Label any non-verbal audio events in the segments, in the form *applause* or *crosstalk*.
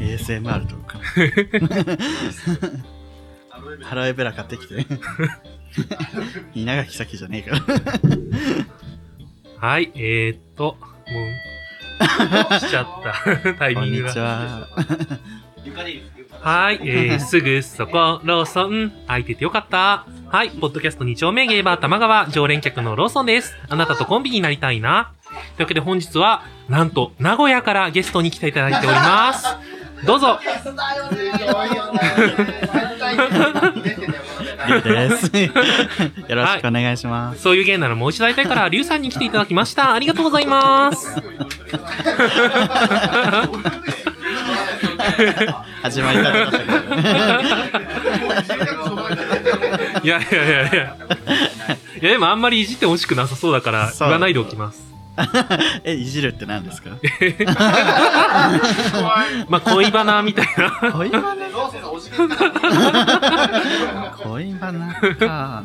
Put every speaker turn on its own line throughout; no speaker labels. SMR とか。ハロエベラ買ってきて。稲垣咲じゃねえから。
はい、えー、っと、もう、しちゃ
*laughs*
った。タイ
こん
ミン
に
グが
ち。は。
床でいいです床
はい、
*laughs*
えー、すぐそこ、ローソン、空いててよかった。はい、ポッドキャスト2丁目ゲーバー玉川、常連客のローソンです。あなたとコンビになりたいな。というわけで本日は、なんと、名古屋からゲストに来ていただいてお
*laughs*
ります。どうぞ。
りゅうです。よろしくお願いします。
そういう芸ならもう一度会いたいから、リュウさんに来ていただきました。ありがとうござ
*laughs*
います。
始まり方だったけどね。
いやいやいやいや。いや、でもあんまりいじってほしくなさそうだから、
そう
言わないでおきます。
え、いじるって何ですか
まあ、恋バナみたいな。 *laughs*
恋バナ恋バナか。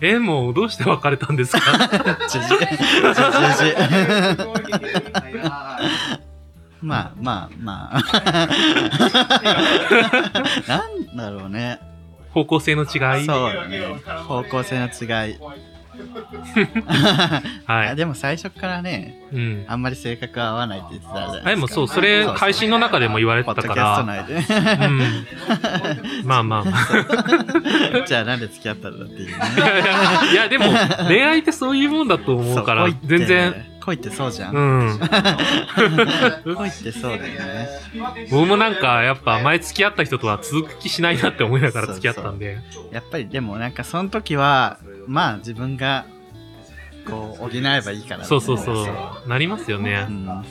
え、もう、どうして別れたんで
*laughs*
すか
じじじじじ。まあまあまあ。なんだろうね。
方向性の違い。
そうだね。方向性の違い。
はい
あ。でも最初からね、
うん。
あんまり性格は合わないって言ってたじゃないですか。
でもそう、それ
そうそう
配信の中でも言われ
ポ
て
ッド
た
キ
か
ャスト
ら。
内で。
うん。まあまあま
*laughs*
あ。
じゃあなんで *laughs* 付き合ったんだっていうね。
いや、でも、恋愛ってそういうもんだと *laughs* 思うから
そ、恋っ
全
て
然。。
恋ってそうじゃん。 *laughs*
うん。
恋ってそうだよね。
僕もなんか、やっぱ前付き合った人とは続く気しないなって思いながら付き合ったんで。
やっぱりでもなんかその時はまあ自分がこう補えばいいから
そうそうそうう。なりますよね
う。ん、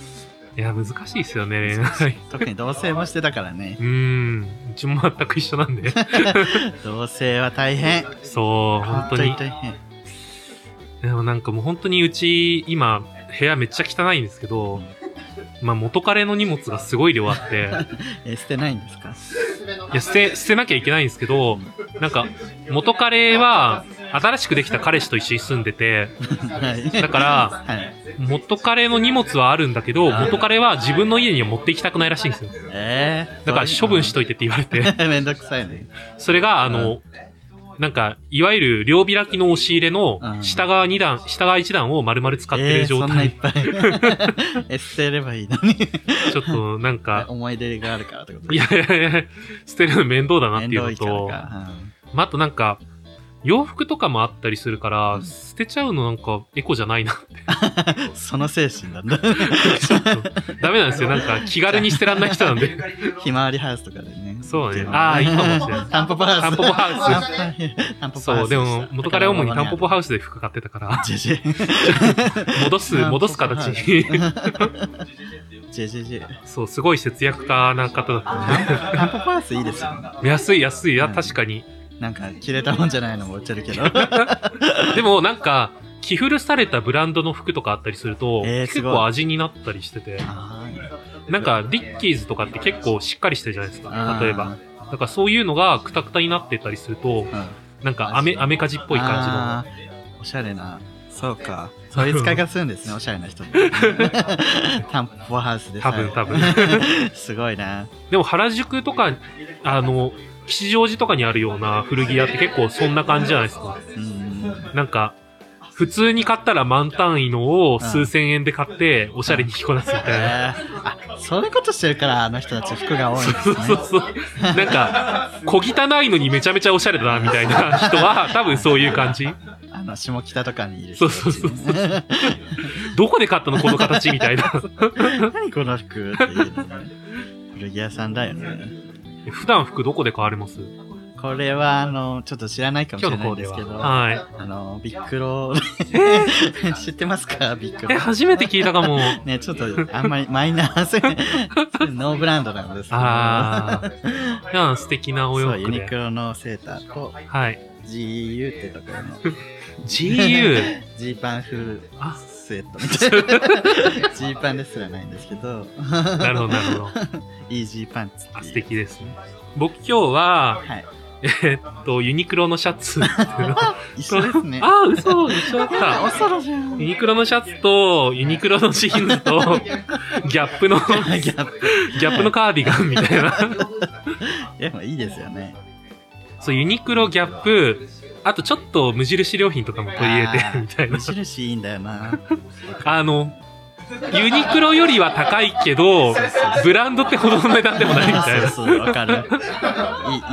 いや、難しいですよね、恋愛。
特に同棲もしてたからね
うん。うちも全く一緒なんで。
同棲は大変
そう、本当に。
大変
でもなんかもう本当にうち、今、部屋めっちゃ汚いんですけど、まあ元彼の荷物がすごい量あって、
え捨てないんですか
いや捨て、捨てなきゃいけないんですけど、なんか、元彼は、新しくできた彼氏と一緒に住んでて、
はい
だから、
はい
元彼の荷物はあるんだけど、元彼は自分の家には持って行きたくないらしいんですよ。
えー、
だから処分しといてって言われて、
て *laughs* めんどくさいね
それが、あの、なんか、いわゆる両開きの押し入れの
うん
下側2段、下側1段を丸々使って
え
る
ー、そ
状
んないっ
態。
ぱいえ捨てればいいの *laughs* に
*laughs* ちょっとな
*laughs*
んか、
思い出があるからってこと
いやいやいや、捨てるの面倒だなっていう
遠慮
の
から
と、
か、
まあ、あとなんか、洋服とかもあったりするから、
うん
捨てちゃうのなんかエコじゃない *laughs* なって。
うんその精神なんだ *laughs*
ちょっとダメなんですよ。なんか気軽に捨てらんない人なん
*laughs*
で。
ひまわりハウスとかでね
そう
で。
ね
も
ああ、いいかもしれない。
タンポポハウス
タンポポハ
タンポポハウス
そう、でも元彼は主にタンポポハウスで服買って
*laughs*
たから、
ジェジェ
戻す、戻す形に。
ジェジェジェ
*laughs* そう、すごい節約家な方だったね。
タンポポハウスいいですよね
安い安い、
う
や
ん
確かに。
なんか切れたもんじゃないのも売ってるけ
*laughs*
ど
でもなんか、着古されたブランドの服とかあったりすると、
えーす
結
ごい
構味になったりしてて、
あ
なんか、ディッキーズとかって結構しっかりしてるじゃないですか
ー、
例えば。だからそういうのがクタクタになってたりすると、
うん
なんかアメ、アメカジっぽい感
あーおしゃれなそうかそういう使い方するんですねおしゃれな
*laughs*
人ってタンポポハウスで
じの。
さ
多分多分。
すごいな
でも原宿とか、あの、吉祥寺とかにあるような古着屋って結構そんな感じじゃないですか。
うん
なんか、普通に買ったら満単位のを数千円で買って、おしゃれに着こなすみた
え
いな。
ーあそういうことしてるからあの人たち服が多いんです
そう
ね
そうそう。なんか、小汚いのにめちゃめちゃおしゃれだな、みたいな人
*laughs*
は、多分そういう感じ。
あの下北とかにいる
そ
人た
う
ち
そうそうそう。どこで買ったのこの形みたいな。
*laughs* 何この服っていうのね古着屋さんだよね
普段服どこで買われます
これはあのちょっと知らないかもし
今
れ
日の
ない
コー
んで
デ
す
は。
けど
はい。
あのビックロ *laughs* 知ってますかビック
え、
ロ
初めて聞いたかも。
ねちょっとあんまりマイナーすノーブランドなんですけど
ああ。いや素敵なお洋
そうユ
服
ニク
で。
ロのセーターと
はい。
GU ってところの
GU。
ジーパン風
あ
スウェットみたいなジーパンですらないんですけど
なるほど、なるほど。
イージーパンツっていう
あ素敵ですね。僕今日は、
はい
えっと、ユニクロのシャツ。あ
一緒ですね。
あ、嘘、一緒だった。
*laughs* 恐ろしい。
ユニクロのシャツと、ユニクロのジーンズと、ギャップの、
ギャップ。
ギャップのカーディガンみたいな。 *laughs*
いや、まあいいですよね。
そう、ユニクロ、ギャップ、あとちょっと無印良品とかも取り入れ
あ
て、
ー
みたいな
無。印いいんだよな。
あの、ユニクロよりは高いけど、ブランドってほどの値段でもないみたいな。
そうそう、わかる。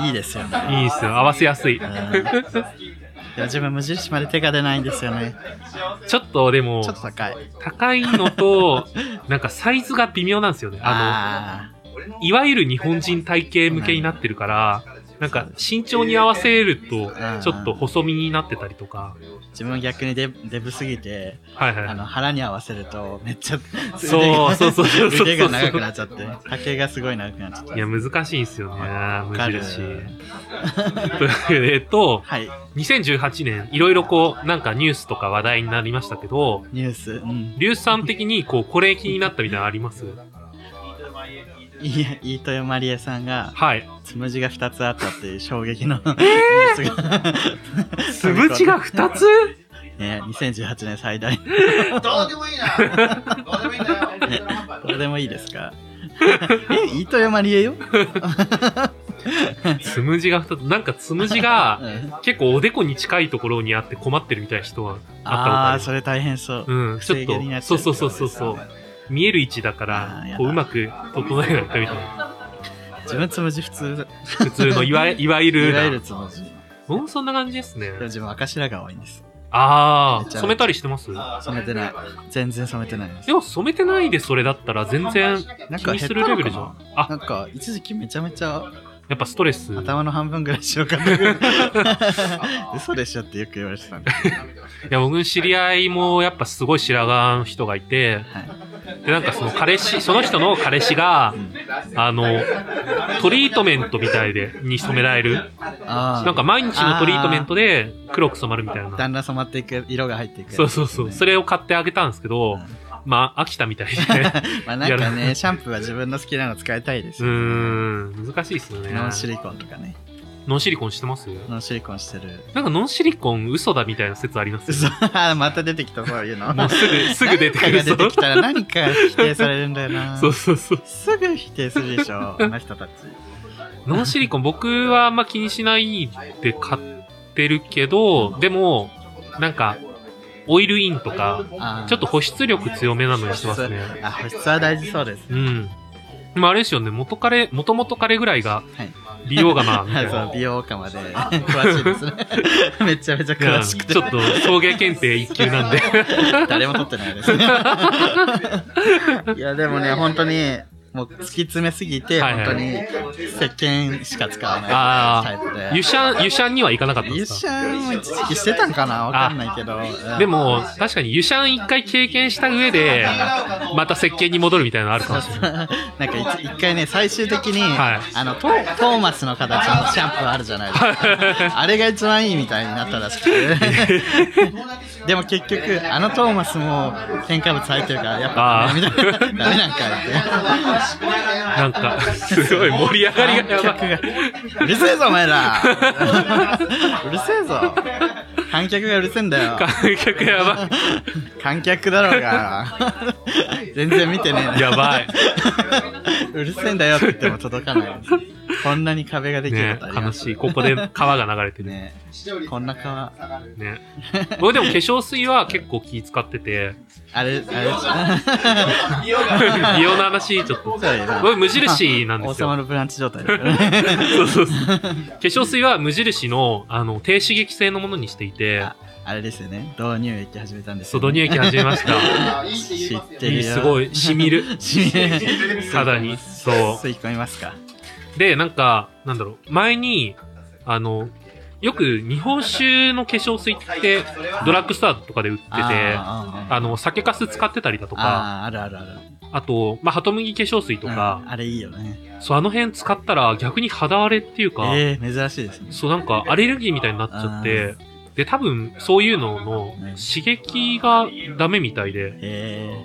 いい、いいですよね。
いいっすよ。合わせやすい。 *laughs*
うんいや自分無印まで手が出ないんですよね。
ちょっとでも
ちょ、っと高い。
高いのと、なんかサイズが微妙なんですよね。あ
あ
の、いわゆる日本人体型向けになってるから、なんか身長に合わせると、ちょっと細身になってたりとか。
あ、自分逆にデブデブすぎて、
はいはい。
あの腹に合わせるとめっちゃ
そう
腕が
そうそうそうそう
腕が長くなっちゃって、丈がすごい長くなっちゃって。
いや、難しいんすよね。無
かる
印。というわけで、えっと、
はい、
2018年、いろいろこう、なんかニュースとか話題になりましたけど、
ニュース、うん。
リュウさん的に、こう、これ気になったみたいなのあります
いや飯豊まりえさんが
はい。
つむじが2つあったっていう衝撃
*laughs*
のニュースが、
つぶちが2つ
ね、2018年最
*laughs*
大
どうでもいいな。どうでもいいんだよ。
これでもいいですか *laughs* え飯豊まりえよ、
つむじが2つ。なんかつむじ
う
が、
ん
結構おでこに近いところにあって困ってるみたいな人は、
あ
あ
あ
ったこと
それ大変そう
あ、る。うん、ちょ
不正解にな
っ
っ
と、
ちゃう
そうそうそうそうそう。見える位置だか
あーや
ら
だ、
こう、うまく整えないとみたいな。
自分つむじ普通
普通の
*laughs*
いわ、いわゆ
い
る
わゆ
な
る。つむじで
うん、そんな感じですね
も。自分赤白が多いんです
あ
めちゃ
あ、
めちゃ
染めたりしてます
染めてない全然染めてないです
でも染めてないでそれだったら全然
なん
気
か減っ
にす
た
るレベ
の
ルじゃん
か。な
あ、
なんか一時期めちゃめちゃ
やっぱストレス。い
頭の半分ぐらい白かったぐら
*laughs*
い嘘でしょってよく言われてたんで、
や、僕の知り合いもやっぱすごい白髪の人がいて、
はい
で、なんかその彼氏、その人の彼氏が、あの、トリートメントみたいで、に染められる。
あー
なんか毎日のトリートメントで黒く染まるみたい
だ
な。
んだん染まっていく色が入っていくやつ
そうそうそう。それを買ってあげたんですけど、まあ、飽き
*laughs*
たみたいで。
まあなんか
や
ねシャンプーは自分の好きなの使いたいです
うー
よね
ん、難しいですよね。
ノンシリコンとかね
ノンシリコンしてます
ノンシリコンしてる
なんかノンシリコン嘘だみたいな説あります
嘘あーまた出てきたそういうの
もうす
*laughs*
ぐ、すぐ出てく
何
る
かが出てきたら何か否定されるんだよな
*laughs* そうそうそう。
すぐ否定するでしょあの人たち
ノンシリコン僕はあんま気にしないで買ってるけど、でも、なんか、オイルインとか、
あー
ちょっと保湿力強めなのにしてますね。
あ保湿は大事そうです
うん。でもあれですよね、元彼、元々彼ぐらいが
はい、
美容釜みたいな。
*laughs* そう美容家
*laughs*
まで詳しいですね *laughs* めちゃめちゃ
うん
詳しくて
ちょっと、送迎検定一級
*laughs*
なんで。
誰も取ってないですね *laughs* いやでもね本当にもう突き詰めすぎて、
はいはい
本当に石鹸しか使わ
あ
ないタイプで
ー、湯シャン、湯シャンにはいかなかったん
ゆ
で
っ
すか
しゃんも一時期してたんかなわかんないけどうん
でも、確かに湯シャン一回経験した上で、また石鹸に戻るみたいなのあるかもしれない。
なんか一一回ね最終的に、
はい
あのトトーマスの形のシャンプーあるじゃないですかあれが一番いいみたいになったらしくてでも結局あのトーマスも添加物入ってるからやっぱダメみたいなダメなんか
なんか、すごい盛り上がりがやばい。
言ってうるせえぞお前らうるせえぞ観客がうるせえんだよ
観客やば。
観客だろうが全然見てねえない
や
*laughs*
ばい。
うるせえんだよって言っても届かないですこんなに壁ができる
ね
ことあ、り
悲
ま
し
す
い。ここで川が流れてる。
ねこんな川
ね。僕でも化粧水は結構気使ってて、
*laughs* あれあれ
美容の話ちょっと。
そうだよな
僕無印なんで
王
すよ
様。のブランチ状態だからね
そうそうそう。化粧水は無印の、あの、低刺激性のものにしていて、
あれですよね導入液始めたんです
そう、
よ、ね、
導入液始めま
*laughs*
した。
知ってる
い
よ
いすごい、染み
*laughs*
る。肌に。そう。
吸い込みますか
で、なんか、なんだろう、前に、あの、よく日本酒の化粧水って、ドラッグストアとかで売ってて、あ
あーあー
の、酒粕使ってたりだと
あ
か、
ーあるあるある
あと、まあ、ハトムギ化粧水と
う
か、
んあれいいよね
そう、あの辺使ったら逆に肌荒れっていうか、
えー、珍しいですね
そう、なんかアレルギーみたいになっちゃって、で、多分、そういうのの
ね
刺激がダメみたいで、
え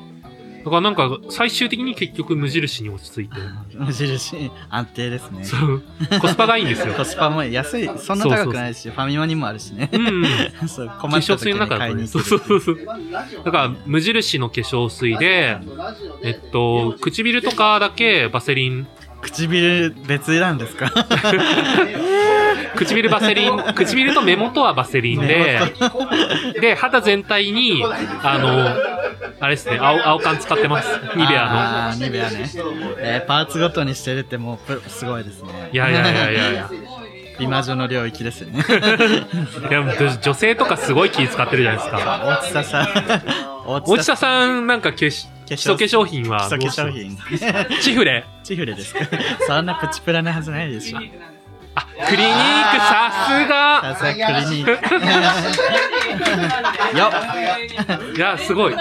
だからなんか、最終的に結局無印に落ち着いて。
無印、安定ですね。
そう。コスパがいいんです
*laughs*
よ。
コスパも安い、そんな高くないし、ファミマにもあるしね
*laughs* う。ん。
そう、
化
困った
粧
時
水の
に
中だ
買い
とね。
に
そ
行
う
ける
そうそうそう。だから、無印の化粧水で、えっと、唇とかだけバセリン、
唇別なんですか
唇バセ
*laughs*
リン、唇と目元はバセリンで、で、肌全体に、あの、あれですね、青、青缶使ってます。ニベア
あーニベアね。えーパーツごとにしてるってもうプロすごいですね。
の。いやいやいやいやいや。
美魔女の領域ですよ
*laughs*
ね。
いや、女女性とかすごい気使ってるじゃないですか。
大津田さん。
大
大
地田さん、なんか、化粧基礎化粧品は、
基礎化粧。品。
チフレ。
チフレですかそんなプチプラなはずないでしょ。
あ、クリニック、さす
さ
が
すがクリニッ
*laughs*
ク。よっ
いや、すごい。い *laughs*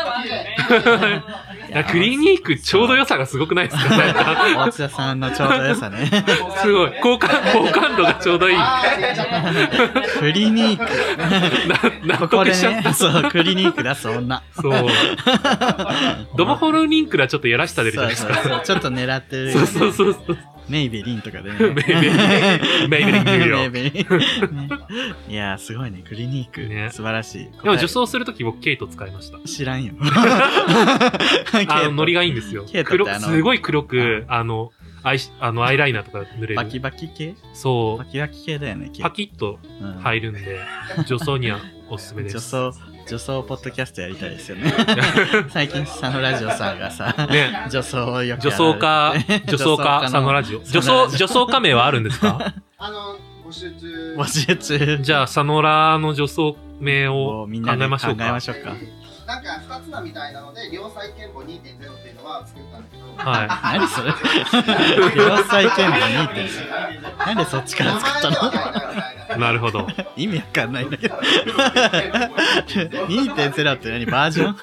や、クリニック、ちょうど良さがすごくないですか *laughs* なんか
大津田さんのちょうど良さね。
すごい。好感、好感度がちょうどいい。
クリニーク。
な納
ここで
得しちゃっ
ね、
た。
そう、クリニーク出す女。
そう。ドマホルリンクラちょっとやらした出るじゃないです
そうそうそ
か。
うちょっと狙ってるよ
そ
ね、
うそうそうそう。
メイベリンとかでね。
メイベリンメイベリン有料
*laughs* メイベリンねいやー、すごいね。クリニーク。
ね
素晴らしい。
でも女装するとき僕ケイト使いました。
知らんよ。
あの、ノリ
が
がいいんですよ
ケイ。トっ
黒
てあ、の
すごい黒く、あの、アイシあのアイライナーとか塗れ
バキ
る。
バキ系
そ
バキバキ系だよね。
う。パキッと
うん
入るんで、女装にはおすすめです。
女装、女装ポッドキャストやりたいですよ
*laughs*
ね。最近、佐野ラジオさんがさ、
ね
女装をよく
女装家
やられて、て
女装家、佐野ラジオ。女装、女装家名はあるんで
*laughs*
すか
あの、募集中。
募集中。
じゃあ、佐野らの女装名
も
を
う
考
み
え
んなで
ましょう
考えま
か。
しょうか。
なんか二つなみたいなので、両再建簿2.0っていうのは作ったんだけど、
は
何それ *laughs* 両妻剣舞2.0なんでそっちから
名前
作
*laughs*
で
ったの
はないないない
い。なるほど。
意味わかんないんだけど2.0って何バー
*laughs*
ジョン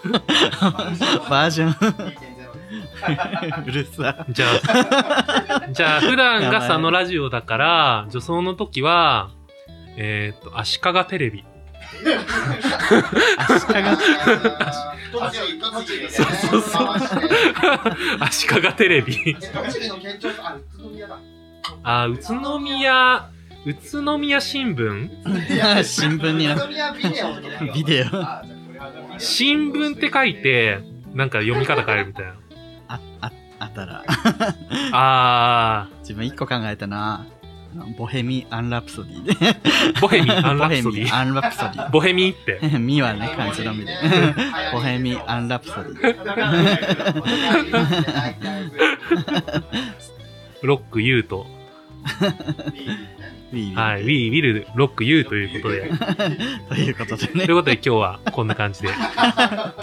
バージョ
2.0
ンうるさ
じゃあ、じゃあ、普段が佐野ラジオだから、女装の時は、えーっと、足利テレビ。 *laughs*
足利
栃木、栃木でね。
そうそう
そ
足利テレビ。
栃木の県庁所、あ、宇都宮だ。
あ、宇都宮、宇都宮新聞
新聞に
宇
な
都宮ビデオって
ビデオ
あじゃあこれはもう
新聞って書いて、なんか読み方変えるみたいな。
あああったら
あ
自分一個考えたなボヘミアンラプソディで
ー、 *laughs* ボヘミ、アンラプソ
ボヘ
デ
ミ
ィ。
アンラプソディ
ボヘミって。
*laughs*
ミはね漢字のみでボヘミアンラプソデ *laughs* ィ
ロック U と、
ウィーウィー
はい、We Will Rock You ということで、
ということで
と
ね
いうことで今日はこんな感じで終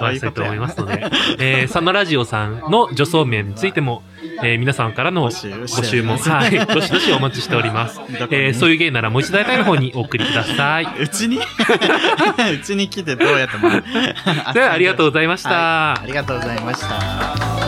わりたいと思いますの *laughs* で、えー、サンマラジオさんの女装名についても、えー、皆さんから
募
の
集
ご注文、はい、どし *laughs* どしお待ちしております。えー、そう
いう
いう芸ならもう一度やりたいの方にお送りください。
うちにうちに来てどうやってもらう
では、ありがとうございました。
ありがとうございました。